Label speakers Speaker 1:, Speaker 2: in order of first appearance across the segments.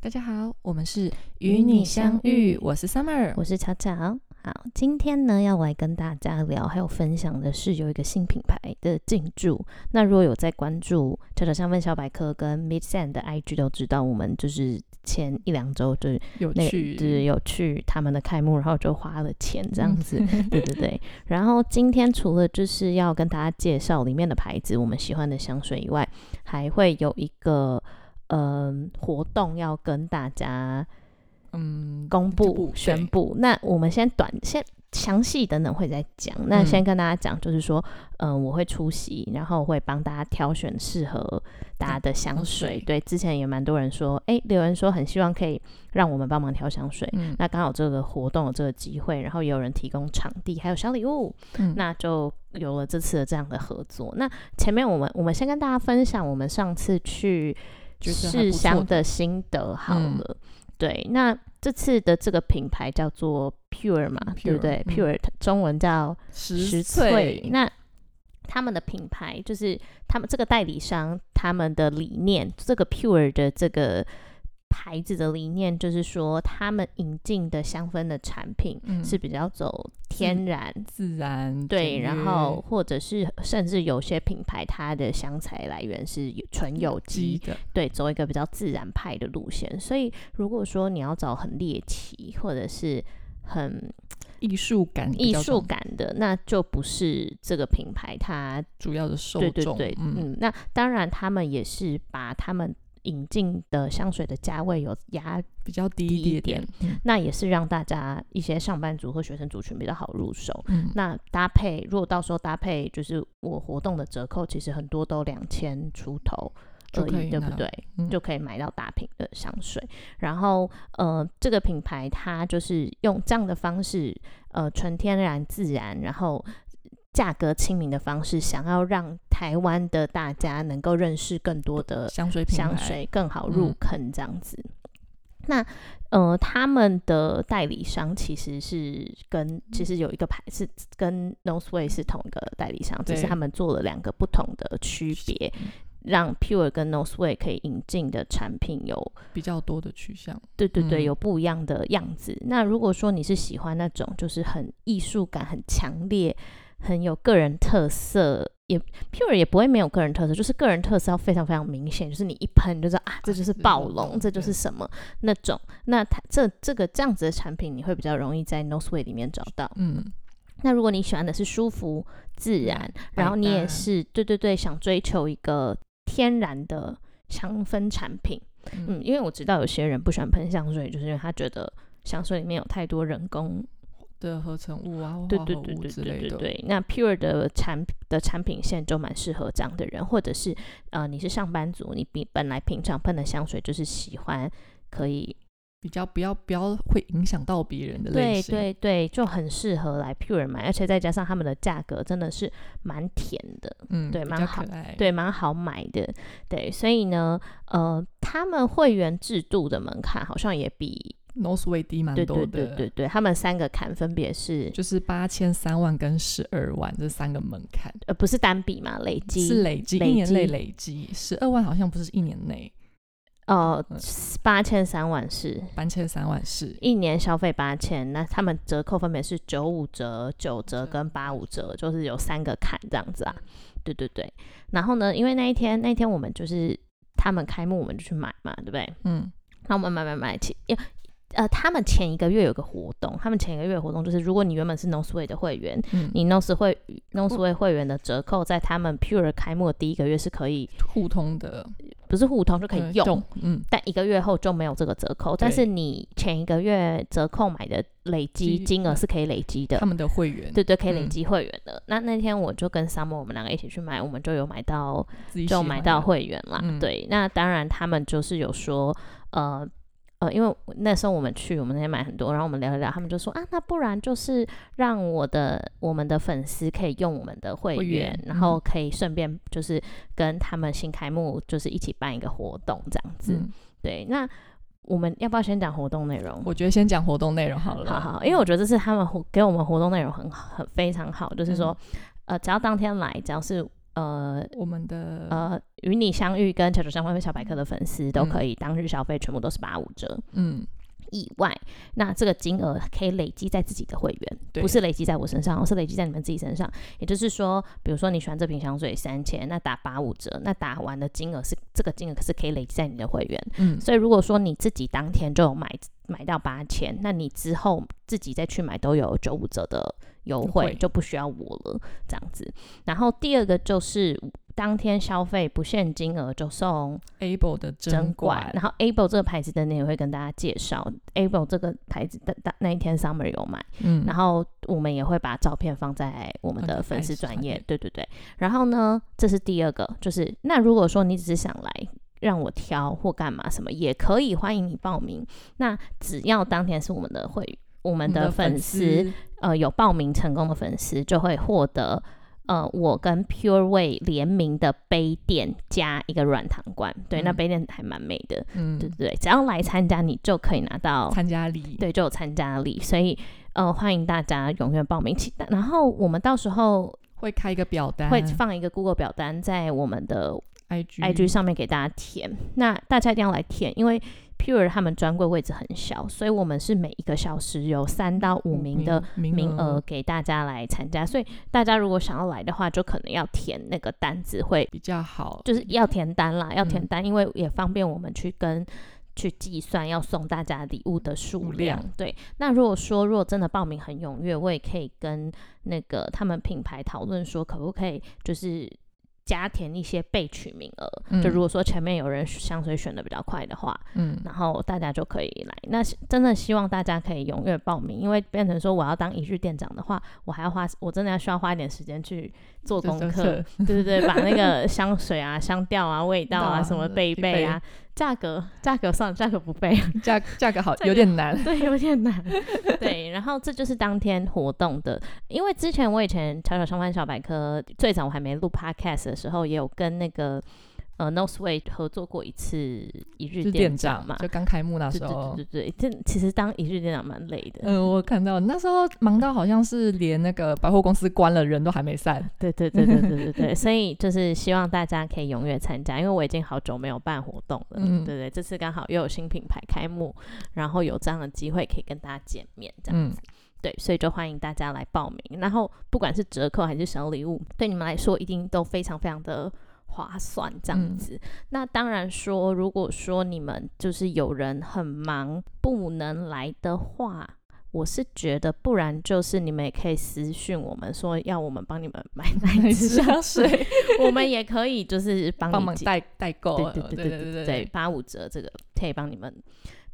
Speaker 1: 大家好，我们是
Speaker 2: 与你相遇
Speaker 1: 我是 Summer，
Speaker 2: 我是巧巧。好，今天呢要来跟大家聊，还有分享的是有一个新品牌的进驻。那如果有在关注巧巧香氛小百科跟 Mid Sand 的 IG 都知道，我们就是前一两周就是
Speaker 1: 有
Speaker 2: 那个
Speaker 1: 趣，
Speaker 2: 就是有去他们的开幕，然后就花了钱这样子，对对 对。然后今天除了就是要跟大家介绍里面的牌子，我们喜欢的香水以外，还会有一个嗯、活动要跟大家
Speaker 1: 嗯，
Speaker 2: 公
Speaker 1: 这部
Speaker 2: 布
Speaker 1: 对
Speaker 2: 宣布。那我们先短先详细等等会再讲。那
Speaker 1: 嗯
Speaker 2: 先跟大家讲，就是说，嗯、我会出席，然后会帮大家挑选适合
Speaker 1: 嗯
Speaker 2: 大家的香
Speaker 1: 香
Speaker 2: 水。
Speaker 1: 水
Speaker 2: 对，之前也蛮多人说，诶，留言说很希望可以让我们帮忙挑香水。
Speaker 1: 嗯
Speaker 2: 那刚好这个活动有这个机会，然后也有人提供场地，还有小礼物，
Speaker 1: 嗯
Speaker 2: 那就有了这次的这样的合作。那前面我们我们先跟大家分享我们上次去
Speaker 1: 觉得还
Speaker 2: 试
Speaker 1: 不错
Speaker 2: 香
Speaker 1: 的
Speaker 2: 的心得好
Speaker 1: 嗯
Speaker 2: 了。对，那这次的这个品牌叫做 Pure 嘛对
Speaker 1: Pure，
Speaker 2: 不对
Speaker 1: 嗯
Speaker 2: ？Pure 它中文叫
Speaker 1: 十
Speaker 2: 萃
Speaker 1: 岁，
Speaker 2: 那他们的品牌就是他们这个代理商他们的理念，这个 Pure 的这个牌子的理念就是说，他们引进的香氛的产品
Speaker 1: 嗯
Speaker 2: 是比较走天然。
Speaker 1: 自然
Speaker 2: 对，
Speaker 1: 简约
Speaker 2: 然后或者是甚至有些品牌它的香材来源是有纯有机
Speaker 1: 机，的，
Speaker 2: 对，走一个比较自然派的路线。所以如果说你要找很猎奇或者是很
Speaker 1: 艺术感比
Speaker 2: 艺
Speaker 1: 较
Speaker 2: 术
Speaker 1: 重
Speaker 2: 感的，那就不是这个品牌它
Speaker 1: 主要的受
Speaker 2: 对
Speaker 1: 众，
Speaker 2: 对对，
Speaker 1: 嗯
Speaker 2: 嗯，那当然他们也是把他们引进的香水的价位有压，
Speaker 1: 比较低
Speaker 2: 低
Speaker 1: 一
Speaker 2: 一点
Speaker 1: 嗯
Speaker 2: 那也是让大家一些上班族或学生族群比较好入手。
Speaker 1: 嗯
Speaker 2: 那搭配，如果到时候搭配就是我活动的折扣，其实很多都两千出头
Speaker 1: 就
Speaker 2: 而
Speaker 1: 可以
Speaker 2: 已，对不
Speaker 1: 拿
Speaker 2: 对？
Speaker 1: 嗯
Speaker 2: 就可以买到大瓶的香水。然后，呃，这个品牌它就是用这样的方式，呃，纯天然自然，然后价格亲民的方式，想要让台湾的大家能够认识更多的
Speaker 1: 香水品牌
Speaker 2: 香水更好入
Speaker 1: 嗯
Speaker 2: 坑这样子。那呃，他们的代理商其实是跟其实有一个牌是跟 Noseway 是同一个代理商，只是
Speaker 1: 对
Speaker 2: 他们做了两个不同的区别，
Speaker 1: 嗯
Speaker 2: 让 Pure 跟 Noseway 可以引进的产品有
Speaker 1: 比较多的趋向，
Speaker 2: 对对
Speaker 1: 嗯
Speaker 2: 对有不一样的样子。那如果说你是喜欢那种就是很艺术感很强烈、很有个人特色，也 Pure 也不会没有个人特色，就是个人特色要非常非常明显，就是你一喷就知道啊，这就是
Speaker 1: 这是
Speaker 2: 暴
Speaker 1: 什么
Speaker 2: 龙，这就
Speaker 1: 对
Speaker 2: 是什么那种。那它这这个这样子的产品，你会比较容易在 Noseway 里面找到。
Speaker 1: 嗯，
Speaker 2: 那如果你喜欢的是舒服自然，
Speaker 1: 百
Speaker 2: 然后你
Speaker 1: 嗯
Speaker 2: 也
Speaker 1: 搭
Speaker 2: 是对对对，想追求一个天然的香氛产品，
Speaker 1: 嗯
Speaker 2: 嗯，因为我知道有些人不喜欢喷香水，就是因为他觉得香水里面有太多人工，
Speaker 1: 的合成物啊，或
Speaker 2: 对
Speaker 1: 化
Speaker 2: 对
Speaker 1: 合
Speaker 2: 对
Speaker 1: 物
Speaker 2: 对
Speaker 1: 之
Speaker 2: 对
Speaker 1: 类
Speaker 2: 对
Speaker 1: 的，
Speaker 2: 对。那 Pure 的产的产品线就蛮适合这样的人，或者是呃你是上班族，你比本来平常喷的香水就是喜欢可以
Speaker 1: 比较不要不要会影响到别人的类
Speaker 2: 对
Speaker 1: 型，
Speaker 2: 对对，就很适合来 Pure 买，而且再加上他们的价格真的是蛮甜的。
Speaker 1: 嗯，
Speaker 2: 对
Speaker 1: 比
Speaker 2: 蛮
Speaker 1: 较
Speaker 2: 好
Speaker 1: 可爱，
Speaker 2: 对，蛮好买的，对，所以呢，呃，他们会员制度的门槛好像也比
Speaker 1: nose way 低蛮
Speaker 2: 对
Speaker 1: 多
Speaker 2: 对
Speaker 1: 的，
Speaker 2: 对对对，他们三个坎分别是
Speaker 1: 就是八千、三万跟十二万这三个门槛，
Speaker 2: 呃，不是单笔嘛，累积
Speaker 1: 嗯是累积
Speaker 2: 累
Speaker 1: 一年内
Speaker 2: 积
Speaker 1: 累积，十二万好像不是一年内，
Speaker 2: 呃
Speaker 1: 嗯
Speaker 2: 八千三万是
Speaker 1: 八千三万是，
Speaker 2: 一年消费八千，那他们折扣分别是九五折、九折
Speaker 1: 嗯
Speaker 2: 跟八五折，就是有三个坎这样子啊。对对对，然后呢，因为那一天那一天我们就是他们开幕，我们就去买嘛，对不对？
Speaker 1: 嗯，
Speaker 2: 那我们买买买起，因为呃，他们前一个月有个活动，他们前一个月的活动就是，如果你原本是 Noseway 的会员，
Speaker 1: 嗯
Speaker 2: 你 Nose 会 Noseway 会员的折扣，在他们 Pure 开幕的第一个月是可以，
Speaker 1: 互通的
Speaker 2: 不是互通就可
Speaker 1: 呃
Speaker 2: 以用，
Speaker 1: 嗯，
Speaker 2: 但一个月后就没有这个折扣。但是你前一个月折扣买的累积
Speaker 1: 积
Speaker 2: 金额是可以累积的
Speaker 1: 他，们的会员
Speaker 2: 对对，可以累
Speaker 1: 嗯
Speaker 2: 积会员的。那那天我就跟 Summer 我们两个一起去买，我们就有买到
Speaker 1: 自己
Speaker 2: 就
Speaker 1: 喜
Speaker 2: 买
Speaker 1: 欢
Speaker 2: 到
Speaker 1: 的，
Speaker 2: 会员啦。
Speaker 1: 嗯
Speaker 2: 对，那当然他们就是有说，呃呃，因为那时候我们去，我们那天买很多，然后我们聊一聊，他们就说啊，那不然就是让我的我们的粉丝可以用我们的会员，
Speaker 1: 会员嗯
Speaker 2: 然后可以顺便就是跟他们新开幕就是一起办一个活动这样子。
Speaker 1: 嗯，
Speaker 2: 对，那我们要不要先讲活动内容？
Speaker 1: 我觉得先讲活动内容好了，嗯
Speaker 2: 好好，因为我觉得这是他们活给我们活动内容很
Speaker 1: 嗯
Speaker 2: 好很非常好，就是说，呃，只要当天来，只要是呃
Speaker 1: 我们的
Speaker 2: 呃与你相遇跟球球相关小百科的粉丝都可以当日消费，全部都是八五折
Speaker 1: 嗯，
Speaker 2: 以外，那这个金额可以累积在自己的会员，
Speaker 1: 对
Speaker 2: 不是累积在我身上，哦是累积在你们自己身上。也就是说，比如说你喜欢这瓶香水三千，那打八五折，那打完的金额是这个金额是可以累积在你的会员。
Speaker 1: 嗯
Speaker 2: 所以如果说你自己当天就有买买到八千，那你之后自己再去买都有九五折的优
Speaker 1: 优
Speaker 2: 惠
Speaker 1: 惠，
Speaker 2: 就不需要我了这样子。然后第二个就是当天消费不限金额就送
Speaker 1: ，Able 的
Speaker 2: 针
Speaker 1: 针管，
Speaker 2: 然后 Able 这个牌子等等也会跟大家介绍，Able 这个牌子的的那一天 Summer 有买，
Speaker 1: 嗯，
Speaker 2: 然后我们也会把照片放在我们
Speaker 1: 放
Speaker 2: 的
Speaker 1: 在
Speaker 2: 粉丝
Speaker 1: IG 上
Speaker 2: 专业
Speaker 1: 面，
Speaker 2: 对对对。然后呢，这是第二个，就是那如果说你只是想来让我挑或干嘛什么，也可以欢迎你报名。那只要当天是我们的会，我
Speaker 1: 我
Speaker 2: 们
Speaker 1: 们
Speaker 2: 的
Speaker 1: 的
Speaker 2: 粉丝，呃有报名成功的粉丝就会获得。呃，我跟 Pure Way 联名的杯垫加一个软糖罐，对，那
Speaker 1: 嗯
Speaker 2: 杯垫还蛮美的，
Speaker 1: 嗯
Speaker 2: 对，对对，只要来参加，你就可以拿到
Speaker 1: 参加礼，
Speaker 2: 对，就有参加礼，所以呃，欢迎大家踊跃报名。其然后我们到时候
Speaker 1: 会开一个表单，
Speaker 2: 会放一个 Google 表单在我们的
Speaker 1: IG
Speaker 2: IG 上面给大家填，那大家一定要来填，因为 Pure 他们专柜位置很小，所以我们是每一个小时有三到五名的。
Speaker 1: 嗯名
Speaker 2: 名额
Speaker 1: 额
Speaker 2: 给大家来参加，所以大家如果想要来的话，就可能要填那个单子，会
Speaker 1: 比较好，
Speaker 2: 就是要填单啦，要填
Speaker 1: 嗯
Speaker 2: 单，因为也方便我们去跟去计算要送大家礼物的数
Speaker 1: 数
Speaker 2: 量
Speaker 1: 量。
Speaker 2: 对，那如果说如果真的报名很踊跃，我也可以跟那个他们品牌讨论说，可不可以就是。加填一些备取名额，
Speaker 1: 嗯
Speaker 2: 就如果说前面有人香水选的比较快的话，
Speaker 1: 嗯，
Speaker 2: 然后大家就可以来。那是真的希望大家可以踊跃报名，因为变成说我要当一日店长的话，我还要花，我真的要需要花一点时间去做
Speaker 1: 这
Speaker 2: 功
Speaker 1: 这
Speaker 2: 课，
Speaker 1: 这
Speaker 2: 对对对，把那个香水啊、香调啊、味道啊
Speaker 1: 对啊
Speaker 2: 什么备一备啊，价格价格算了，价格不备，
Speaker 1: 价价格好
Speaker 2: 这
Speaker 1: 有
Speaker 2: 个
Speaker 1: 点难，
Speaker 2: 对，有点难。对，然后这就是当天活动的，因为之前我以前巧巧相关小百科最早我还没录 podcast 的时候，也有跟那个呃 No Sway 合作过一次一日
Speaker 1: 是
Speaker 2: 店
Speaker 1: 店长
Speaker 2: 嘛。
Speaker 1: 就刚开幕那
Speaker 2: 对
Speaker 1: 时
Speaker 2: 对
Speaker 1: 候。
Speaker 2: 对对对，这其实当一日店长蛮累的。
Speaker 1: 嗯，我看到那时候忙到好像是连那个百货公司关了，人都还没散。
Speaker 2: 对对对对对对对，所以就是希望大家可以踊跃参加，因为我已经好久没有办活动了，
Speaker 1: 嗯
Speaker 2: 对对，这次刚好又有新品牌开幕，然后有这样的机会可以跟大家见面，这样、
Speaker 1: 嗯，
Speaker 2: 对，所以就欢迎大家来报名，然后不管是折扣还是小礼物，对你们来说一定都非常非常的。划算这样
Speaker 1: 嗯
Speaker 2: 子，那当然说，如果说你们就是有人很忙不能来的话，我是觉得，不然就是你们也可以私讯我们说要我们帮你们买 哪一支香水，
Speaker 1: 水
Speaker 2: 我们也可以就是帮
Speaker 1: 啊 帮
Speaker 2: 你
Speaker 1: 忙
Speaker 2: 记
Speaker 1: 代代购
Speaker 2: 对
Speaker 1: 啊，
Speaker 2: 对对
Speaker 1: 对
Speaker 2: 对
Speaker 1: 对
Speaker 2: 对，八五折这个可以帮你们。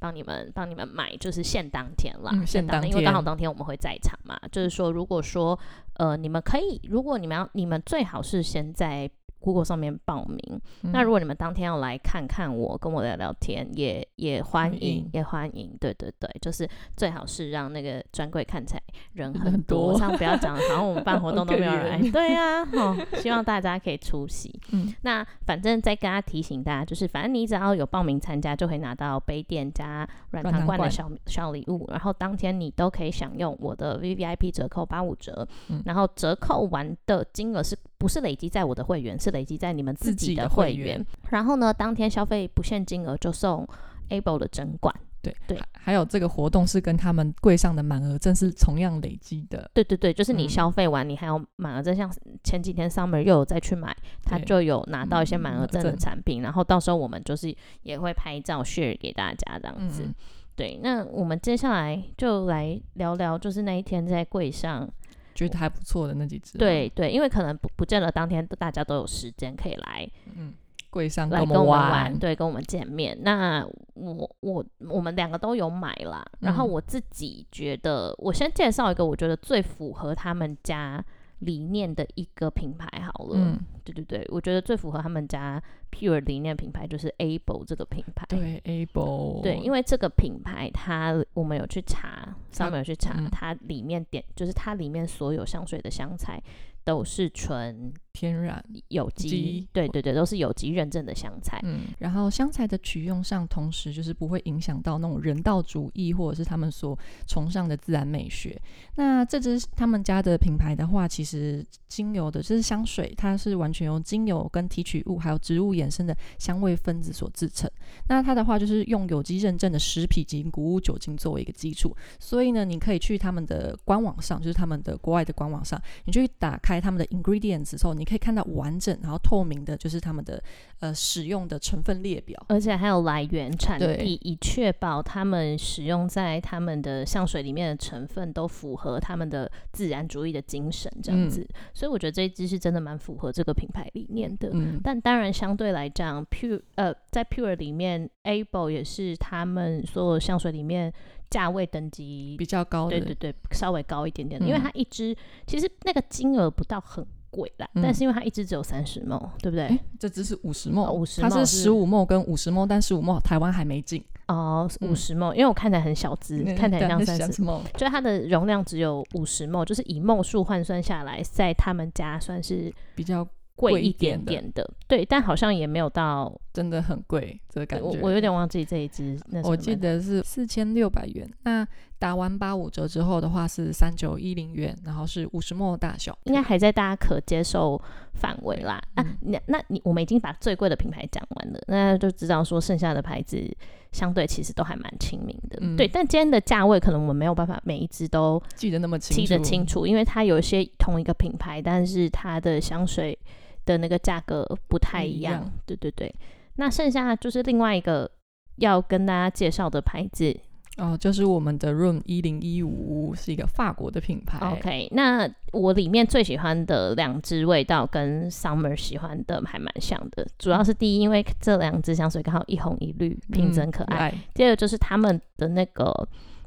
Speaker 2: 帮你们帮你们买，就是限当天啦，
Speaker 1: 嗯限当
Speaker 2: 天，因为刚好
Speaker 1: 天
Speaker 2: 当天我们会在场嘛。就是说，如果说呃，你们可以，如果你们要，你们最好是先在 Google 上面报名。那如
Speaker 1: 果
Speaker 2: 果你们当天要来看看我，跟我聊聊天，也也欢
Speaker 1: 欢
Speaker 2: 迎
Speaker 1: 迎，
Speaker 2: 也欢迎。对对对，就是最好是让那个专柜看起来人
Speaker 1: 人
Speaker 2: 很
Speaker 1: 很
Speaker 2: 多，
Speaker 1: 多
Speaker 2: 这样不要讲，好像我们办 活动都没有人来
Speaker 1: 好可。
Speaker 2: 对啊，哦，希望大家可以出席。
Speaker 1: 嗯
Speaker 2: 那反正再跟大家提醒大家，就是反正你只要有报名参加，就可以拿到杯垫加软
Speaker 1: 软
Speaker 2: 糖
Speaker 1: 糖
Speaker 2: 罐的
Speaker 1: 罐
Speaker 2: 小小礼物，然后当天你都可以享用我的 V V I P 折扣八五折，
Speaker 1: 嗯
Speaker 2: 然后折扣完的金额是不是累积在我的会员，是累积在你们自
Speaker 1: 自己
Speaker 2: 己的
Speaker 1: 的
Speaker 2: 会
Speaker 1: 会员
Speaker 2: 员，然后呢，当天消费不限金额就送 Able 的针管。
Speaker 1: 对
Speaker 2: 对
Speaker 1: 还还有这个活动是跟他们柜上的满额正是同样累积的，
Speaker 2: 对对对，就是你
Speaker 1: 嗯
Speaker 2: 消费完，你还有满额赠，像前几天 Summer 又有再去买，他
Speaker 1: 对
Speaker 2: 就有拿到一些满额赠的
Speaker 1: 嗯
Speaker 2: 产品，然后到时候我们就是也会拍照 share 给大家这样子。
Speaker 1: 嗯，
Speaker 2: 对，那我们接下来就来聊聊，就是那一天在柜上，
Speaker 1: 觉得还不错的那几只，
Speaker 2: 对，对，因为可能不不见得当天大家都有时间可以来
Speaker 1: 嗯，柜上
Speaker 2: 来
Speaker 1: 跟
Speaker 2: 跟我们
Speaker 1: 玩，
Speaker 2: 对，跟我们见面。那我我我们两个都有买啦，然后
Speaker 1: 嗯
Speaker 2: 我自己觉得，我先介绍一个我觉得最符合他们家理念的一个品牌好了。
Speaker 1: 嗯，
Speaker 2: 对对对，我觉得最符合他们家 Pure 理念品牌就是 Able 这个品牌。
Speaker 1: 对，able，
Speaker 2: 对，因为这个品牌它，我们有去查，
Speaker 1: 它
Speaker 2: 上面有去查，
Speaker 1: 嗯
Speaker 2: 它里面点就是它里面所有香水的香材都是纯
Speaker 1: 天然，
Speaker 2: 有机，
Speaker 1: 机
Speaker 2: 对对对，都是有机认证的香材。
Speaker 1: 嗯，然后香材的取用上，同时就是不会影响到那种人道主义，或者是他们所崇尚的自然美学。那这支他们家的品牌的话，其实精油的这是香水，它是完全由精油跟提取物还有植物衍生的香味分子所制成。那它的话就是用有机认证的食品及谷物酒精作为一个基础，所以呢，你可以去他们的官网上，就是他们的国外的官网上，你去打开他们的 ingredients 之后，你可以看到完整然后透明的，就是他们的呃使用的成分列表。
Speaker 2: 而且还有来源、产
Speaker 1: 对
Speaker 2: 地，以确保他们使用在他们的香水里面的成分都符合他们的自然主义的精神，这样
Speaker 1: 嗯
Speaker 2: 子。所以我觉得这一支是真的蛮符合这个品牌理念的。
Speaker 1: 嗯，
Speaker 2: 但当然，相对来讲，Pure 呃，在 Pure 里面，Able 也是他们所有香水里面价位等级
Speaker 1: 比较高的
Speaker 2: 对对对，稍微高一点点的，因为
Speaker 1: 嗯
Speaker 2: 它一支其实那个金额不到很贵啦，
Speaker 1: 嗯
Speaker 2: 但是因为它一支只有三十毛，对不对？
Speaker 1: 诶这只是五十梦，
Speaker 2: 50
Speaker 1: 它是
Speaker 2: 梦是
Speaker 1: 十五梦跟五十梦，但十五梦台湾还没进，
Speaker 2: 哦，
Speaker 1: 嗯
Speaker 2: 五十梦，因为我看起来很小只，看起来像三十，
Speaker 1: 十梦。
Speaker 2: 就是它的容量只有五十梦，就是以梦数换算下来，在他们家算是
Speaker 1: 比较
Speaker 2: 贵
Speaker 1: 贵
Speaker 2: 一
Speaker 1: 一点
Speaker 2: 点
Speaker 1: 的
Speaker 2: 点的，对，但好像也没有到，
Speaker 1: 真的很贵，这个感
Speaker 2: 我
Speaker 1: 觉。
Speaker 2: 我有点忘记这一支，那
Speaker 1: 我记得是四千六百元。那打完八五折之后的话是三九一零元，然后是五十墨大小，
Speaker 2: 应该还在大家可接受范围啦。啊
Speaker 1: 嗯，
Speaker 2: 那那你我们已经把最贵的品牌讲完了，那就知道说剩下的牌子相对其实都还蛮亲民的。
Speaker 1: 嗯
Speaker 2: 对，但今天的价位可能我们没有办法每一支都
Speaker 1: 记得那么清楚。
Speaker 2: 记得清楚，因为它有一些同一个品牌，但是它的香水的那个价格不太一样。
Speaker 1: 不一样
Speaker 2: 对对对，那剩下就是另外一个要跟大家介绍的牌子，
Speaker 1: 哦，就是我们的 Room 一零一五是一个法国的品牌。
Speaker 2: 哦 OK，那我里面最喜欢的两支味道跟 Summer 喜欢的还蛮像的，主要是第一，因为这两支香水刚好一红一绿，
Speaker 1: 嗯
Speaker 2: 瓶子很可爱；
Speaker 1: 爱。
Speaker 2: 第二就是它们的那个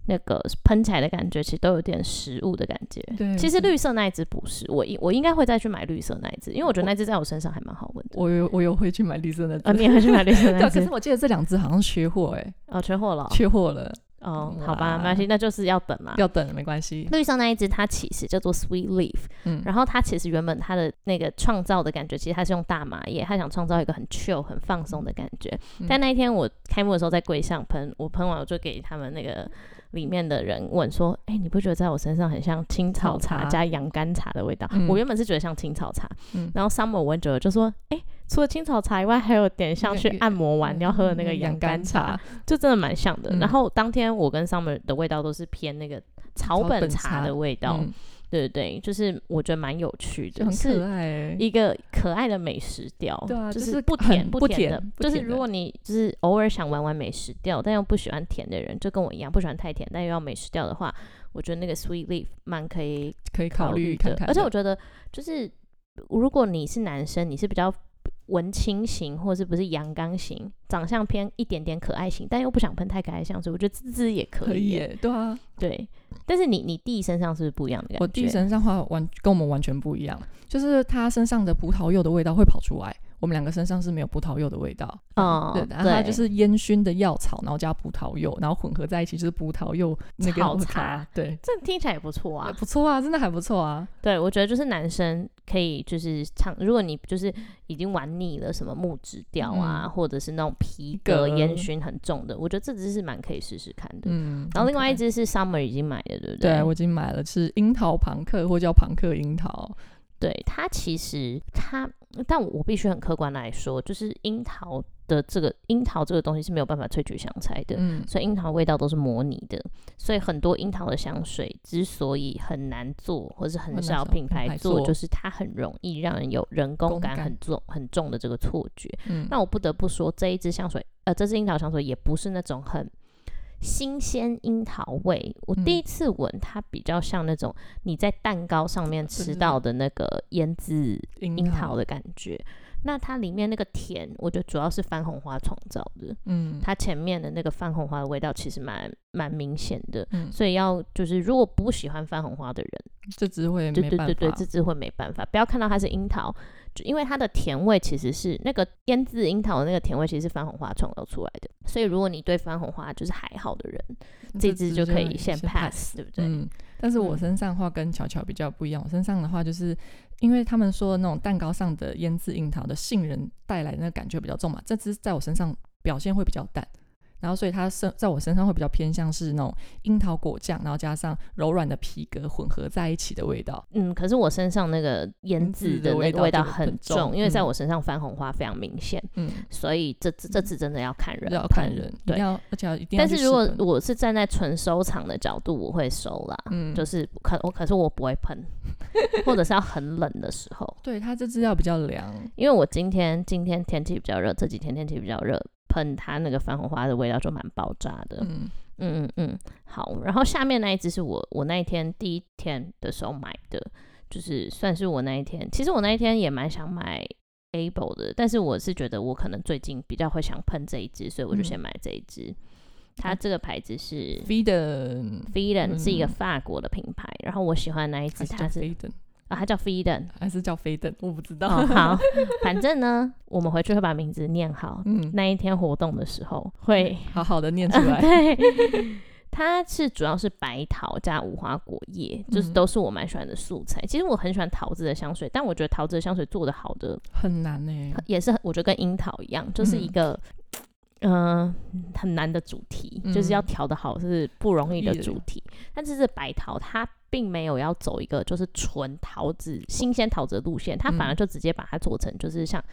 Speaker 2: 那个喷起来的感觉，其实都有点食物的感觉。
Speaker 1: 对，
Speaker 2: 其实
Speaker 1: 对
Speaker 2: 绿色那一支不是我应，我应该会再去买绿色那一支，因为我觉得那支在我身上还蛮好闻的。
Speaker 1: 我有我有会去买绿色的
Speaker 2: 呃，
Speaker 1: 纸。
Speaker 2: 你也会去买绿色那
Speaker 1: 对，啊
Speaker 2: 一
Speaker 1: 可
Speaker 2: 支
Speaker 1: 是？我记得这两只好像缺货哎，
Speaker 2: 哦，缺货了哦。
Speaker 1: 缺货了，
Speaker 2: 哦，好吧，
Speaker 1: 哇
Speaker 2: 没关系，那就是要等啦。
Speaker 1: 要等没关系。
Speaker 2: 绿色那一支它其实叫做 Sweet Leaf，
Speaker 1: 嗯，
Speaker 2: 然后他其实原本他的那个创造的感觉，其实他是用大麻叶，他想创造一个很 chill、很放松的感觉。
Speaker 1: 嗯
Speaker 2: 但那一天我开幕的时候在柜上喷，我喷完我就给他们那个里面的人问说：“哎、你不觉得在我身上很像青草
Speaker 1: 草
Speaker 2: 茶
Speaker 1: 茶
Speaker 2: 加洋甘茶的味道？”
Speaker 1: 嗯
Speaker 2: 我原本是觉得像青草茶，
Speaker 1: 嗯
Speaker 2: 然后 Summer 闻久了就说：“哎、除了青草茶以外，还有点像去
Speaker 1: 那个嗯
Speaker 2: 按摩完要喝的那个洋甘
Speaker 1: 甘
Speaker 2: 茶，，就真的蛮像的。
Speaker 1: 嗯
Speaker 2: 然后当天我跟 Summer 的味道都是偏那个草
Speaker 1: 草
Speaker 2: 本
Speaker 1: 本
Speaker 2: 茶
Speaker 1: 茶
Speaker 2: 的味道。
Speaker 1: 嗯，
Speaker 2: 对对，对，就是我觉得蛮有趣
Speaker 1: 就
Speaker 2: 的，
Speaker 1: 很可
Speaker 2: 是
Speaker 1: 爱欸。
Speaker 2: 一个可爱的美食调，
Speaker 1: 对啊
Speaker 2: 就
Speaker 1: 就是是
Speaker 2: 不甜
Speaker 1: 很
Speaker 2: 不
Speaker 1: 不
Speaker 2: 甜的，
Speaker 1: 甜不
Speaker 2: 就是
Speaker 1: 甜
Speaker 2: 如
Speaker 1: 的
Speaker 2: 果你就是偶尔想玩玩美食调，但又不喜欢甜的人，就跟我一样不喜欢太甜，但又要美食调的话，我觉得那个 Sweet Leaf 蛮可以
Speaker 1: 可以考
Speaker 2: 考
Speaker 1: 虑
Speaker 2: 的，
Speaker 1: 看看的。
Speaker 2: 而且我觉得就是如果你是男生，你是比较。文青型或是不是阳刚型，长相偏一点点可爱型，但又不想喷太可爱的香水，我觉得这支也可
Speaker 1: 可以
Speaker 2: 以耶。
Speaker 1: 耶，对啊，
Speaker 2: 对，但是你你弟身上是不是不一样的感觉？
Speaker 1: 我弟身上话完跟我们完全不一样，就是他身上的葡萄柚的味道会跑出来，我们两个身上是没有葡萄柚的味道。
Speaker 2: 哦
Speaker 1: 对，然后
Speaker 2: 对
Speaker 1: 他就是烟熏的药草，然后加葡萄柚，然后混合在一起就是葡萄柚那个
Speaker 2: 草茶
Speaker 1: 茶，对，
Speaker 2: 这听起来也不错
Speaker 1: 哇，
Speaker 2: 啊。
Speaker 1: 不错啊，真的还不错啊。
Speaker 2: 对，我觉得就是男生可以就是唱，如果你就是已经玩腻了什么木质调啊，
Speaker 1: 嗯
Speaker 2: 或者是那种皮革
Speaker 1: 皮革
Speaker 2: 烟熏很重的，我觉得这支是蛮可以试试看的。
Speaker 1: 嗯，
Speaker 2: 然后另外一
Speaker 1: 只，
Speaker 2: 支是 Summer 已经买的，对不对？
Speaker 1: 对我已经买了，是樱桃庞克或叫庞克樱桃，
Speaker 2: 对它其实它，但我我必须很客观来说，就是樱桃的这个樱桃这个东西是没有办法萃取香材的，
Speaker 1: 嗯，
Speaker 2: 所以樱桃味道都是模拟的，所以很多樱桃的香水之所以很难做，或是很
Speaker 1: 很难
Speaker 2: 少
Speaker 1: 找品
Speaker 2: 品牌
Speaker 1: 牌
Speaker 2: 做，
Speaker 1: 做
Speaker 2: 就是它很容易让人有人工
Speaker 1: 工
Speaker 2: 感
Speaker 1: 感
Speaker 2: 很重很重的这个错觉。
Speaker 1: 嗯
Speaker 2: 那我不得不说，这一支香水，呃，这支樱桃香水也不是那种很新鲜樱桃味。我第一
Speaker 1: 嗯
Speaker 2: 次闻它比较像那种你在蛋糕上面
Speaker 1: 是
Speaker 2: 吃
Speaker 1: 是
Speaker 2: 到的那个腌制樱
Speaker 1: 樱
Speaker 2: 桃的，感觉。那它里面那个甜，我觉得主要是番红花创造的。
Speaker 1: 嗯
Speaker 2: 它前面的那个番红花的味道其实蛮蛮明显的，
Speaker 1: 嗯，
Speaker 2: 所以要就是如果不喜欢番红花的人，
Speaker 1: 这只会
Speaker 2: 对
Speaker 1: 没
Speaker 2: 对
Speaker 1: 办
Speaker 2: 对对，
Speaker 1: 法
Speaker 2: 这，支会没办法。不要看到它是樱桃，就因为它的甜味其实是那个腌制樱桃的那个甜味，其实是番红花创造出来的。所以如果你对番红花就是还好的人，这支就可以先 pass，对不对？
Speaker 1: 嗯，但是我
Speaker 2: 嗯
Speaker 1: 身上的话跟巧巧比较不一样，我身上的话就是因为他们说那种蛋糕上的腌制樱桃的杏仁带来的那个感觉比较重嘛，这只在我身上表现会比较淡。然后所以它身在我身上会比较偏向是那种樱桃果酱，然后加上柔软的皮革混合在一起的味道。
Speaker 2: 嗯，可是我身上那个
Speaker 1: 腌
Speaker 2: 腌
Speaker 1: 制
Speaker 2: 制
Speaker 1: 的
Speaker 2: 的
Speaker 1: 味
Speaker 2: 那个
Speaker 1: 道
Speaker 2: 味道
Speaker 1: 就很
Speaker 2: 很
Speaker 1: 重
Speaker 2: 重，因为在
Speaker 1: 嗯
Speaker 2: 我身上番红花非常明显，
Speaker 1: 嗯，
Speaker 2: 所以这这这次真的要看人，嗯
Speaker 1: 要看人，一定
Speaker 2: 对
Speaker 1: 要而且要一定要
Speaker 2: 但
Speaker 1: 去
Speaker 2: 是
Speaker 1: 试
Speaker 2: 如果
Speaker 1: 喷。
Speaker 2: 我是站在纯收藏的角度，我会收啦。
Speaker 1: 嗯，
Speaker 2: 就是可我可是我不会 喷，或者是要很冷的时候，
Speaker 1: 对它这支料比较凉，
Speaker 2: 因为我今天今天天气比较热，这几天天气比较热，喷它那个番红花的味道就蛮爆炸的。
Speaker 1: 嗯
Speaker 2: 嗯嗯嗯，好。然后下面那一只是我我那一天第一天的时候买的，就是算是我那一天，其实我那一天也蛮想买 Able 的，但是我是觉得我可能最近比较会想喷这一支，所以我就
Speaker 1: 嗯
Speaker 2: 先买这一支。它这个牌子是
Speaker 1: ，V 的
Speaker 2: Fiden 是一个
Speaker 1: 嗯
Speaker 2: 法国的品牌，然后我喜欢那
Speaker 1: 还
Speaker 2: 一支，
Speaker 1: 是叫
Speaker 2: 它是
Speaker 1: 飞等，
Speaker 2: 啊，它 叫 Fiden。
Speaker 1: 还是叫飞等，我不知道。
Speaker 2: 哦，好，反正呢，我们回去会把名字念好。
Speaker 1: 嗯，
Speaker 2: 那一天活动的时候会，
Speaker 1: 好好的念嗯 出来。
Speaker 2: 对，它是主要是白桃加无花果叶，就是
Speaker 1: 嗯
Speaker 2: 都是我蛮喜欢的素材。其实我很喜欢桃子的香水，但我觉得桃子的香水做的好的
Speaker 1: 很难呢、
Speaker 2: 也是我觉得跟樱桃一样，就是一
Speaker 1: 嗯
Speaker 2: 个嗯、呃很难的主题，就是要
Speaker 1: 嗯
Speaker 2: 调的好是不容易的
Speaker 1: 易的
Speaker 2: 主题。但这是白桃，它并没有要走一个就是纯桃子、新鲜桃子的路线，它反而
Speaker 1: 嗯
Speaker 2: 就直接把它做成就是像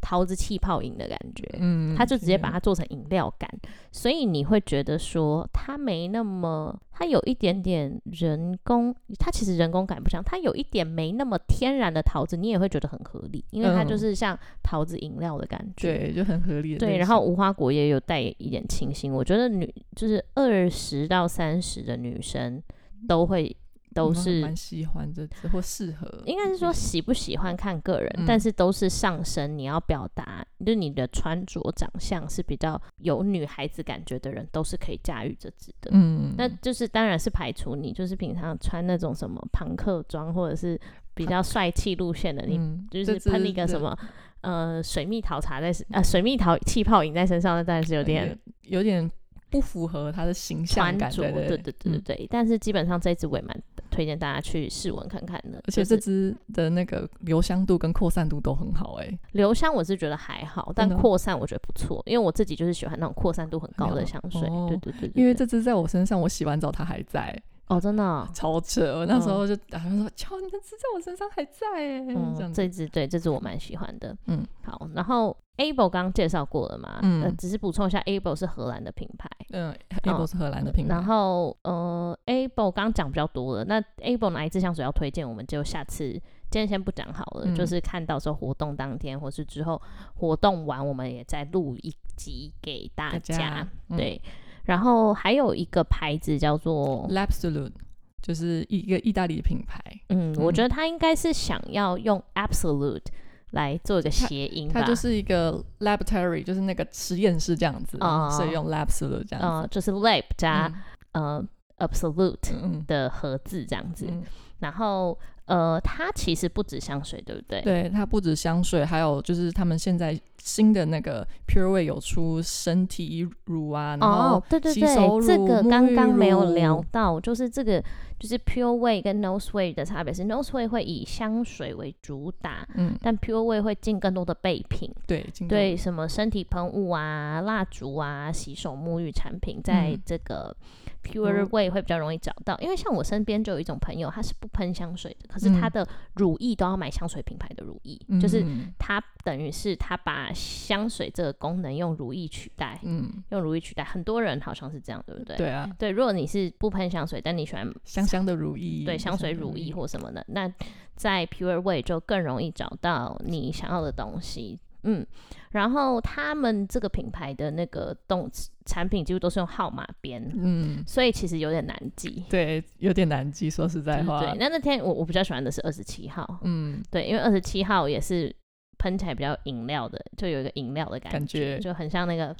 Speaker 2: 桃子气泡饮的感觉。
Speaker 1: 嗯，
Speaker 2: 它就直接把
Speaker 1: 它
Speaker 2: 它做成饮料感，所以你会觉得说它没那么，它有一点点人工，它其实人工感不强，它有一点没那么天然的桃子，你也会觉得很合理，因为它就
Speaker 1: 嗯
Speaker 2: 是像桃子饮料的感觉。
Speaker 1: 对，就很合理的类型。
Speaker 2: 对，然后无花果也有带一点清新，我觉得女就是二十到三十的女生都会都
Speaker 1: 我还
Speaker 2: 是
Speaker 1: 嗯蛮喜欢这支或适合，
Speaker 2: 应该是说喜不喜欢看个人，
Speaker 1: 嗯
Speaker 2: 但是都是上身。你要表达，就是你的穿着、长相是比较有女孩子感觉的人，都是可以驾驭这支的。
Speaker 1: 嗯，
Speaker 2: 那就是当然是排除你，就是平常穿那种什么朋克装或者是比较帅气路线的，你
Speaker 1: 嗯
Speaker 2: 就
Speaker 1: 这
Speaker 2: 是
Speaker 1: 支
Speaker 2: 喷一个
Speaker 1: 的
Speaker 2: 什么呃水蜜桃茶在呃水蜜桃气泡饮在身上，那当然是有
Speaker 1: 有
Speaker 2: 点
Speaker 1: 哎有点不符合他的形象
Speaker 2: 穿
Speaker 1: 感，
Speaker 2: 着。对
Speaker 1: 对
Speaker 2: 对对对
Speaker 1: 嗯
Speaker 2: 对。但是基本上这一支我也蛮推荐大家去试闻看看的，
Speaker 1: 而且这
Speaker 2: 就是
Speaker 1: 支的那个留香度跟扩散度都很好、哎，
Speaker 2: 留香我是觉得还好，但
Speaker 1: 真的哦
Speaker 2: 扩散我觉得不错，因为我自己就是喜欢那种扩散度很高的香水。
Speaker 1: 哦
Speaker 2: 对对对对
Speaker 1: 因为
Speaker 2: 对
Speaker 1: 这支在我身上，我洗完澡它还在，
Speaker 2: 哦真的哦、
Speaker 1: 超扯！我那时候就打算说，瞧，你这支在我身上还在、哎、这
Speaker 2: 嗯，
Speaker 1: 样子，
Speaker 2: 这支对这支我蛮喜欢的。
Speaker 1: 嗯，
Speaker 2: 好，然后 Able 刚刚介绍过了嘛，
Speaker 1: 嗯
Speaker 2: 呃，只是补充一下，Able 是荷兰的品牌。
Speaker 1: 嗯，Able 是荷兰的品牌，
Speaker 2: 然后呃，Able 刚刚讲比较多了，那 Able 哪一支香水要推荐，我们就下次今天先不讲好了，
Speaker 1: 嗯
Speaker 2: 就是看到时候活动当天或是之后活动完，我们也再录一集给大
Speaker 1: 大家嗯
Speaker 2: 对，然后还有一个牌子叫做
Speaker 1: l a b s o l u t e 就是一个意大利的品牌，
Speaker 2: 嗯，
Speaker 1: 嗯
Speaker 2: 我觉得他应该是想要用 Absolute 来做一个谐音吧，
Speaker 1: 它就是一个 laboratory，就是那个实验室这样子，
Speaker 2: 哦啊
Speaker 1: 所以用 lab s o l u t e 这样
Speaker 2: 呃，
Speaker 1: 子。
Speaker 2: 就是 Lab 加、呃 Absolute
Speaker 1: 嗯嗯
Speaker 2: 的合字这样子，
Speaker 1: 嗯，
Speaker 2: 然后呃，它其实不止香水，对不对？
Speaker 1: 对，它不止香水，还有就是他们现在新的那个 Pure Way 有出身体乳啊，然后
Speaker 2: 哦，对对
Speaker 1: 洗
Speaker 2: 对
Speaker 1: 手，
Speaker 2: 这
Speaker 1: 乳
Speaker 2: 个
Speaker 1: 沐
Speaker 2: 刚
Speaker 1: 浴
Speaker 2: 刚没有
Speaker 1: 乳
Speaker 2: 聊到，就是这个就是 Pure Way 跟 Nose Way 的差别是，Nose Way 会以香水为主打，
Speaker 1: 嗯，
Speaker 2: 但 Pure Way 会进更多的备品，
Speaker 1: 对，进口
Speaker 2: 对什么身体喷雾啊、蜡烛啊、洗手沐浴产品，在
Speaker 1: 嗯
Speaker 2: 这个 Pure
Speaker 1: 嗯
Speaker 2: Way 会比较容易找到。因为像我身边就有一种朋友，他是不喷香水的，可是他
Speaker 1: 嗯
Speaker 2: 的乳液都要买香水品牌的乳液，就是
Speaker 1: 嗯
Speaker 2: 他等于是他把香水这个功能用乳液取代，
Speaker 1: 嗯，
Speaker 2: 用乳液取代。很多人好像是这样，对不对？
Speaker 1: 对啊，
Speaker 2: 对如果你是不喷香水，但你喜欢
Speaker 1: 香香的乳液，
Speaker 2: 对香水、乳液，或什么的，嗯那在 Pure Way 就更容易找到你想要的东西。嗯，然后他们这个品牌的那个动产品几乎都是用号码编，
Speaker 1: 嗯，
Speaker 2: 所以其实有点难记。
Speaker 1: 对，有点难记，说实在
Speaker 2: 对
Speaker 1: 话，
Speaker 2: 对，那那天我我比较喜欢的是二十七号，
Speaker 1: 嗯，
Speaker 2: 对，因为二十七号也是喷起来比较饮料的，就有一个饮料的感
Speaker 1: 感觉
Speaker 2: 就很像那个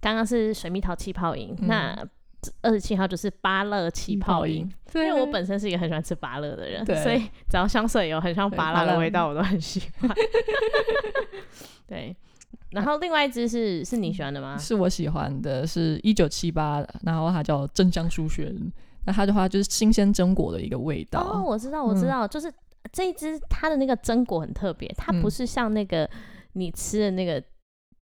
Speaker 2: 刚刚是水蜜桃气泡饮，
Speaker 1: 嗯
Speaker 2: 那二十七号就是芭乐气泡饮。，因
Speaker 1: 对，
Speaker 2: 为我本身是一个很喜欢吃芭乐的人，
Speaker 1: 对
Speaker 2: 所以只要香水有很像
Speaker 1: 对
Speaker 2: 芭乐
Speaker 1: 芭
Speaker 2: 的
Speaker 1: 乐
Speaker 2: 味道，我都很喜欢。 对，然后另外一支是是你喜欢的吗？
Speaker 1: 是我喜欢的，是一九七八，然后它叫真香书轩，那它的话就是新鲜榛果的一个味道，
Speaker 2: 哦，我知道，我知道，就是这一支它的那个榛果很特别，它
Speaker 1: 嗯
Speaker 2: 不是像那个你吃的那个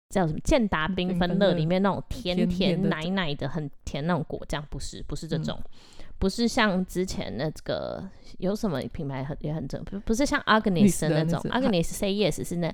Speaker 2: 叫什么健达缤纷乐里面那种甜
Speaker 1: 甜
Speaker 2: 甜
Speaker 1: 甜的
Speaker 2: 奶奶的很甜那种果酱，不是不是这种，不是像之前那个有什么品牌很也很正，不不是像 Agnes
Speaker 1: 的
Speaker 2: 那
Speaker 1: 那
Speaker 2: 种
Speaker 1: 种
Speaker 2: ，Agnes Say Yes 是那。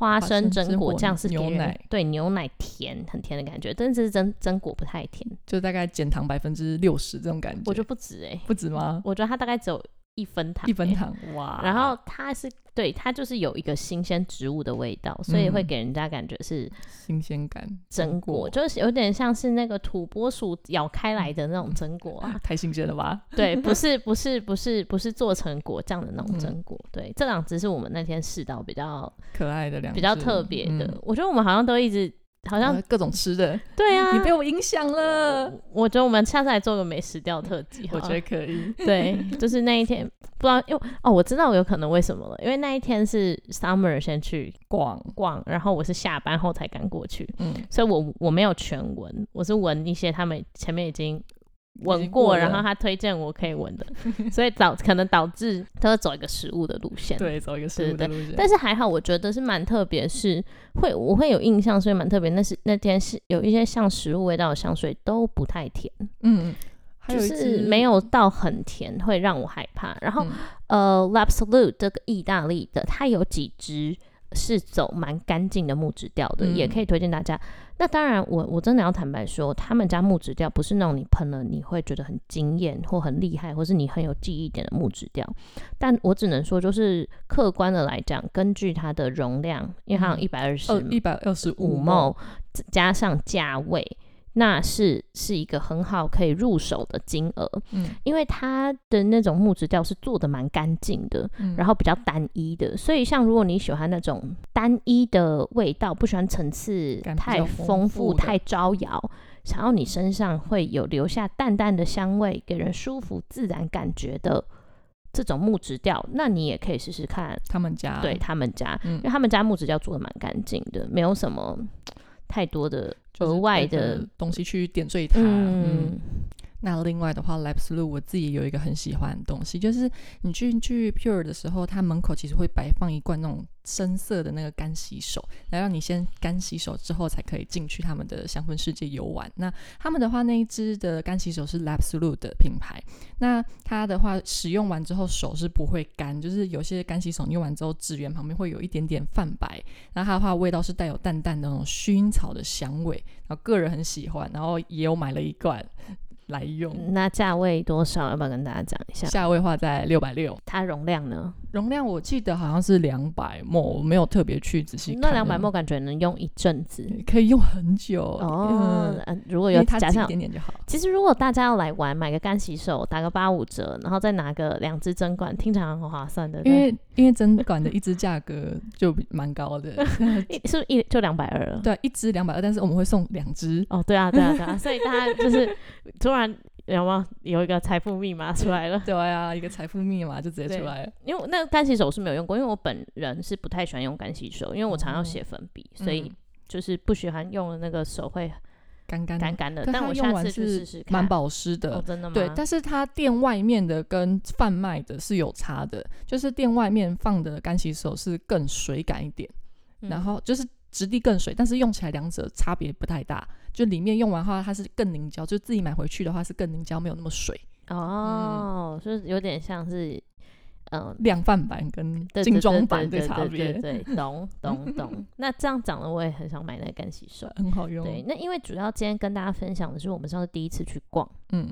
Speaker 2: 花生
Speaker 1: 生
Speaker 2: 榛
Speaker 1: 榛
Speaker 2: 果
Speaker 1: 果
Speaker 2: 酱是
Speaker 1: 牛
Speaker 2: 给人
Speaker 1: 奶
Speaker 2: 对牛奶甜很甜的感觉，但是榛榛果不太甜，
Speaker 1: 就大概减糖百分之六十这种感觉，
Speaker 2: 我觉得不止哎、
Speaker 1: 不止吗？
Speaker 2: 我觉得它大概只有一分糖、
Speaker 1: 一分
Speaker 2: 欸
Speaker 1: 糖哇，
Speaker 2: 然后它是对它就是有一个新鲜植物的味道，所以会
Speaker 1: 嗯
Speaker 2: 给人家感觉是
Speaker 1: 新鲜感，
Speaker 2: 榛果，就是有点像是那个土拨鼠咬开来的那种榛果 啊。
Speaker 1: 太新鲜了吧？
Speaker 2: 对，不是不是不是不是做成果酱的那种
Speaker 1: 嗯
Speaker 2: 榛果。对，这两只是我们那天试到比较
Speaker 1: 可爱的两
Speaker 2: 比较
Speaker 1: 只
Speaker 2: 特别的。
Speaker 1: 嗯
Speaker 2: 我觉得我们好像都一直好像、
Speaker 1: 呃各种吃的，
Speaker 2: 对啊哦
Speaker 1: 你。被我影响了，
Speaker 2: 我我觉得我们下次来做个美食调特辑好
Speaker 1: 我
Speaker 2: 了，
Speaker 1: 觉得可以。
Speaker 2: 对，就是那一天，不知道，因为哦，我知道有可能为什么了，因为那一天是 Summer 先去
Speaker 1: 广，
Speaker 2: 逛，然后我是下班后才赶过去，
Speaker 1: 嗯，
Speaker 2: 所以我我没有全闻，我是闻一些他们前面已经
Speaker 1: 已
Speaker 2: 闻
Speaker 1: 经过了
Speaker 2: 然后他推荐我可以 闻的，所以导可能导致他会走一个食物的路线。，
Speaker 1: 对，走一个食物的路线，
Speaker 2: 但是还好，我觉得是蛮特别，是会我会有印象，所以蛮特别。那是那天是有一些像食物味道的香水都不太甜，
Speaker 1: 嗯，还
Speaker 2: 就
Speaker 1: 有一
Speaker 2: 是
Speaker 1: 只
Speaker 2: 没有到很甜，会让我害怕。然后、
Speaker 1: 嗯
Speaker 2: 呃，Lapsalute 这个意大利的，它有几支是走蛮干净的木质调的，
Speaker 1: 嗯
Speaker 2: 也可以推荐大家。那当然我，我真的要坦白说，他们家木质调不是那种你喷了你会觉得很惊艳或很厉害，或是你很有记忆点的木质调。但我只能说，就是客观的来讲，根据它的容量，因为它有
Speaker 1: 嗯
Speaker 2: 一百二十
Speaker 1: 二一百二十
Speaker 2: 哦五
Speaker 1: 毛，
Speaker 2: 毛，加上价位，那是是一个很好可以入手的金额，
Speaker 1: 嗯
Speaker 2: 因为它的那种木质调是做的蛮干净的，
Speaker 1: 嗯
Speaker 2: 然后比较单一的，所以像如果你喜欢那种单一的味道，不喜欢层次
Speaker 1: 感比
Speaker 2: 太
Speaker 1: 较
Speaker 2: 丰
Speaker 1: 丰
Speaker 2: 富、
Speaker 1: 富的
Speaker 2: 太招摇，想要你身上会有留下淡淡的香味，给人舒服自然感觉的。这种木质调，那你也可以试试看，
Speaker 1: 他们家
Speaker 2: 对，他们家，
Speaker 1: 嗯
Speaker 2: 因为他们家木质调做的蛮干净的，没有什么太多的
Speaker 1: 就是
Speaker 2: 额外
Speaker 1: 带着
Speaker 2: 的，
Speaker 1: 东西去点缀它，嗯。
Speaker 2: 嗯，
Speaker 1: 那另外的话 l a b s l u 我自己有一个很喜欢的东西，就是你去去 Pure 的时候，它门口其实会摆放一罐那种深色的那个干洗手，来让你先干洗手之后才可以进去他们的香氛世界游玩。那他们的话，那一支的干洗手是 l a b s l u 的品牌，那它的话使用完之后手是不会干，就是有些干洗手你用完之后指缘旁边会有一点点泛白，然后它的话味道是带有淡淡的那种薰衣草的香味，然后个人很喜欢，然后也有买了一罐。来用，
Speaker 2: 嗯那价位多少？要不要跟大家讲一下？
Speaker 1: 下位话在六百六，
Speaker 2: 它容量呢？
Speaker 1: 容量我记得好像是两百沫，我没有特别去仔细看。
Speaker 2: 那两百沫感觉能用一阵子
Speaker 1: 可以用很久
Speaker 2: 哦。
Speaker 1: 嗯
Speaker 2: 呃如果
Speaker 1: 因
Speaker 2: 有
Speaker 1: 为它
Speaker 2: 加
Speaker 1: 挤一
Speaker 2: 上，
Speaker 1: 点点就好。
Speaker 2: 其实如果大家要来玩，买个干洗手，打个八五折，然后再拿个两支针管，听起来很划算的。
Speaker 1: 因为因为针管的一支价格就蛮高 的，
Speaker 2: 一是不是一就两百二了？
Speaker 1: 对，啊一支两百二，但是我们会送两支。
Speaker 2: 哦，对啊，对啊，对啊，所以大家就是突然有没有有一个财富密码 出来了？
Speaker 1: 对啊，一个财富密码就直接出来了。
Speaker 2: 因为我那个干洗手是没有用过，因为我本人是不太喜欢用干洗手，因为我常要写粉笔，所以
Speaker 1: 哦嗯
Speaker 2: 就是不喜欢用的那个手会
Speaker 1: 干干
Speaker 2: 干干的。
Speaker 1: 嗯但
Speaker 2: 但
Speaker 1: 它
Speaker 2: 我
Speaker 1: 用
Speaker 2: 下
Speaker 1: 完
Speaker 2: 次去
Speaker 1: 是
Speaker 2: 试试看。
Speaker 1: 蛮保湿的，
Speaker 2: 哦，真的吗？
Speaker 1: 对，但是它店外面的跟贩卖的是有差的，就是店外面放的干洗手是更水感一点，
Speaker 2: 嗯
Speaker 1: 然后就是质地更水，但是用起来两者差别不太大。就里面用完的话，它是更凝胶，就自己买回去的话是更凝胶，没有那么水。
Speaker 2: 哦，就是有点像是嗯。
Speaker 1: 量贩版跟
Speaker 2: 对
Speaker 1: 精
Speaker 2: 对
Speaker 1: 装
Speaker 2: 对
Speaker 1: 版
Speaker 2: 对
Speaker 1: 的
Speaker 2: 对
Speaker 1: 差
Speaker 2: 对对
Speaker 1: 别
Speaker 2: 对，懂懂 懂。那这样讲了，我也很想买那个干洗手。
Speaker 1: 很好用。
Speaker 2: 对，那因为主要今天跟大家分享的是我们上次第一次去逛，
Speaker 1: 嗯，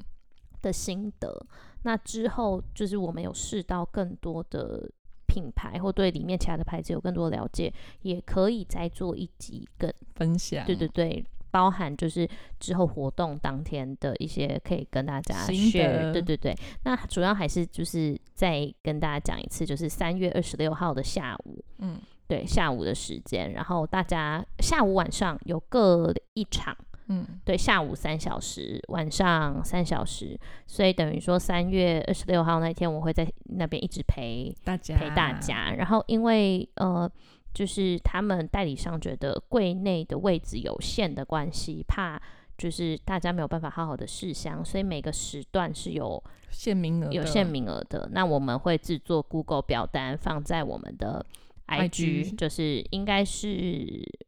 Speaker 2: 的心得。那之后就是我们有试到更多的品牌，或对里面其他的牌子有更多的了解，也可以再做一集跟
Speaker 1: 分享
Speaker 2: 对对对，包含就是之后活动当天的一些可以跟大家
Speaker 1: 心
Speaker 2: share，
Speaker 1: 得
Speaker 2: 对对对。那主要还是就是再跟大家讲一次，就是三月二十六号的下午，
Speaker 1: 嗯，
Speaker 2: 对下午的时间，然后大家下午晚上有各一场。
Speaker 1: 嗯，
Speaker 2: 对，下午三小时，晚上三小时，所以等于说三月二十六号那天，我会在那边一直陪
Speaker 1: 大家
Speaker 2: 陪大，家。然后因为呃，就是他们代理商觉得柜内的位置有限的关系，怕就是大家没有办法好好的试香，所以每个时段是有
Speaker 1: 限名额
Speaker 2: 有
Speaker 1: 的
Speaker 2: 限名额的。那我们会制作 Google 表单放在我们的
Speaker 1: IG
Speaker 2: 就是应该是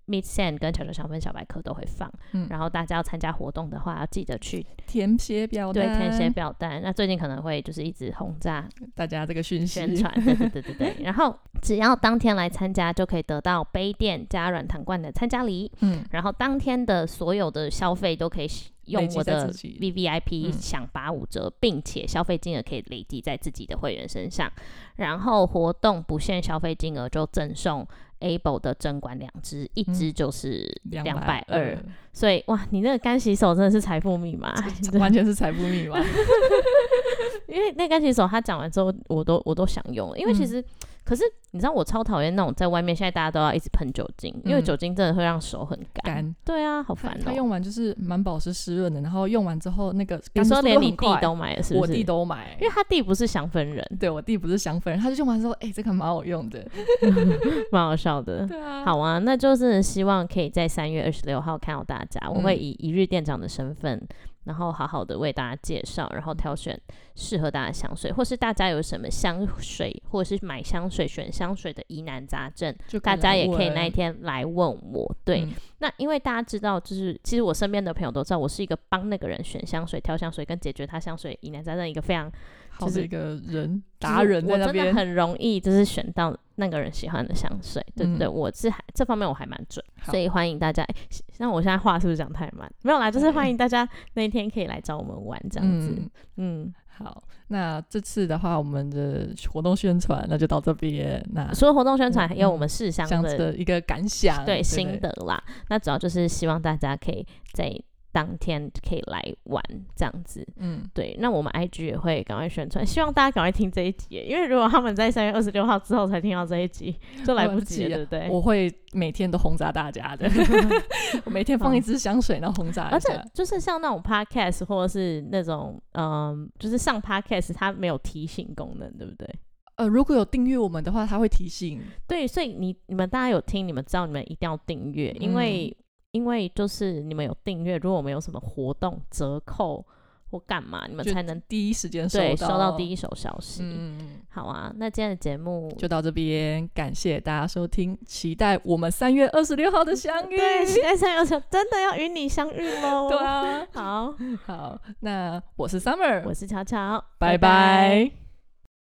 Speaker 2: Meet Sand 跟巧巧香氛小百科都会放，
Speaker 1: 嗯
Speaker 2: 然后大家要参加活动的话，要记得去
Speaker 1: 填写表
Speaker 2: 对
Speaker 1: 单，
Speaker 2: 填写表单。那最近可能会就是一直轰炸
Speaker 1: 大家这个讯息
Speaker 2: 宣传，对对对对对。然后只要当天来参加，就可以得到杯垫加软糖罐的参加礼，
Speaker 1: 嗯，
Speaker 2: 然后当天的所有的消费都可以使用
Speaker 1: 累积
Speaker 2: 我
Speaker 1: 在
Speaker 2: 的
Speaker 1: 自己
Speaker 2: V V I P
Speaker 1: 嗯
Speaker 2: 享八五折，并且消费金额可以累积在自己的会员身上。然后活动不限消费金额，就赠送 Able E 的针管两支，一
Speaker 1: 嗯
Speaker 2: 支就是两百二。所以哇，你那个干洗手真的是财富密码，
Speaker 1: 这完全是财富密码。
Speaker 2: 因为那干洗手他讲完之后，我都我都想用了，因为其
Speaker 1: 嗯
Speaker 2: 实、可是你知道我超讨厌那种在外面现在大家都要一直喷酒精，因为
Speaker 1: 嗯
Speaker 2: 酒精真的会让手很干。
Speaker 1: 干
Speaker 2: 对啊，好
Speaker 1: 它
Speaker 2: 烦
Speaker 1: 它
Speaker 2: 哦、
Speaker 1: 用完就是满保湿湿润的，然后用完之后那个
Speaker 2: 你
Speaker 1: 干的
Speaker 2: 说
Speaker 1: 速度
Speaker 2: 连你
Speaker 1: 很
Speaker 2: 弟
Speaker 1: 快
Speaker 2: 都买了是不
Speaker 1: 我
Speaker 2: 是？
Speaker 1: 弟都买
Speaker 2: 因，为他弟不是香氛人，
Speaker 1: 对我弟不是香粉人，他就用完之后，哎、这个蛮好用 的。
Speaker 2: 蛮好笑的。
Speaker 1: 对啊，
Speaker 2: 好啊，那就真的希望可以在三月二十六号看到大家。我会
Speaker 1: 嗯
Speaker 2: 以一日店长的身份，然后好好的为大家介绍，然后挑选适合大家的香水，或是大家有什么香水，或者是买香水、选香水的疑难杂症，
Speaker 1: 就
Speaker 2: 大家也可以
Speaker 1: 来
Speaker 2: 那一
Speaker 1: 问
Speaker 2: 天来问我。对，
Speaker 1: 嗯
Speaker 2: 那因为大家知道，就是其实我身边的朋友都知道，我是一个帮那个人选香水、挑香水跟解决他香水疑难杂症一个非常
Speaker 1: 好
Speaker 2: 就是
Speaker 1: 的一个人
Speaker 2: 就是
Speaker 1: 达人在
Speaker 2: 我
Speaker 1: 那
Speaker 2: 真的
Speaker 1: 边，
Speaker 2: 很容易就是选到那个人喜欢的香水，对不对？我是还这方面我还蛮准，
Speaker 1: 嗯好
Speaker 2: 所以欢迎大家。诶那我现在话是不是讲太慢？没有啦，就是欢迎大家那一天可以来找我们玩这样子。
Speaker 1: 哎嗯
Speaker 2: 嗯，
Speaker 1: 好，那这次的话，我们的活动宣传那就到这边。那
Speaker 2: 除了活动宣传，
Speaker 1: 嗯
Speaker 2: 还有我们试香
Speaker 1: 这样子
Speaker 2: 的
Speaker 1: 的一个感想，
Speaker 2: 啊对心
Speaker 1: 新
Speaker 2: 得啦。那主要就是希望大家可以在当天可以来玩这样子。
Speaker 1: 嗯，
Speaker 2: 对，那我们 IG 也会赶快宣传，希望大家赶快听这一集，因为如果他们在三月二十六号之后才听到这一集，就来不及了， 对
Speaker 1: 来
Speaker 2: 不啊对？
Speaker 1: 我会每天都轰炸大家 的，我每天放一支香水，然后轰炸
Speaker 2: 而
Speaker 1: 一
Speaker 2: 且
Speaker 1: 下。
Speaker 2: 就是像那种 podcast 或者是那种嗯，就是上 podcast 它没有提醒功能，对不对？
Speaker 1: 呃，如果有订阅我们的话，他会提醒。
Speaker 2: 对，所以你你们大家有听，你们知道你们一定要订阅，
Speaker 1: 嗯
Speaker 2: 因为、因为就是你们有订阅，如果我们有什么活动折扣或干嘛，你们
Speaker 1: 就
Speaker 2: 才能
Speaker 1: 第一时间
Speaker 2: 对
Speaker 1: 收哦
Speaker 2: 收到第一手消息。
Speaker 1: 嗯，嗯嗯
Speaker 2: 好啊，那今天的节目
Speaker 1: 就到这边，感谢大家收听，期待我们三月二十六号的相遇。
Speaker 2: 对，哦期待三有想真的要与你相遇 喽。
Speaker 1: 对啊，
Speaker 2: 好，
Speaker 1: 好，那我是 Summer，
Speaker 2: 我是巧巧，
Speaker 1: 拜拜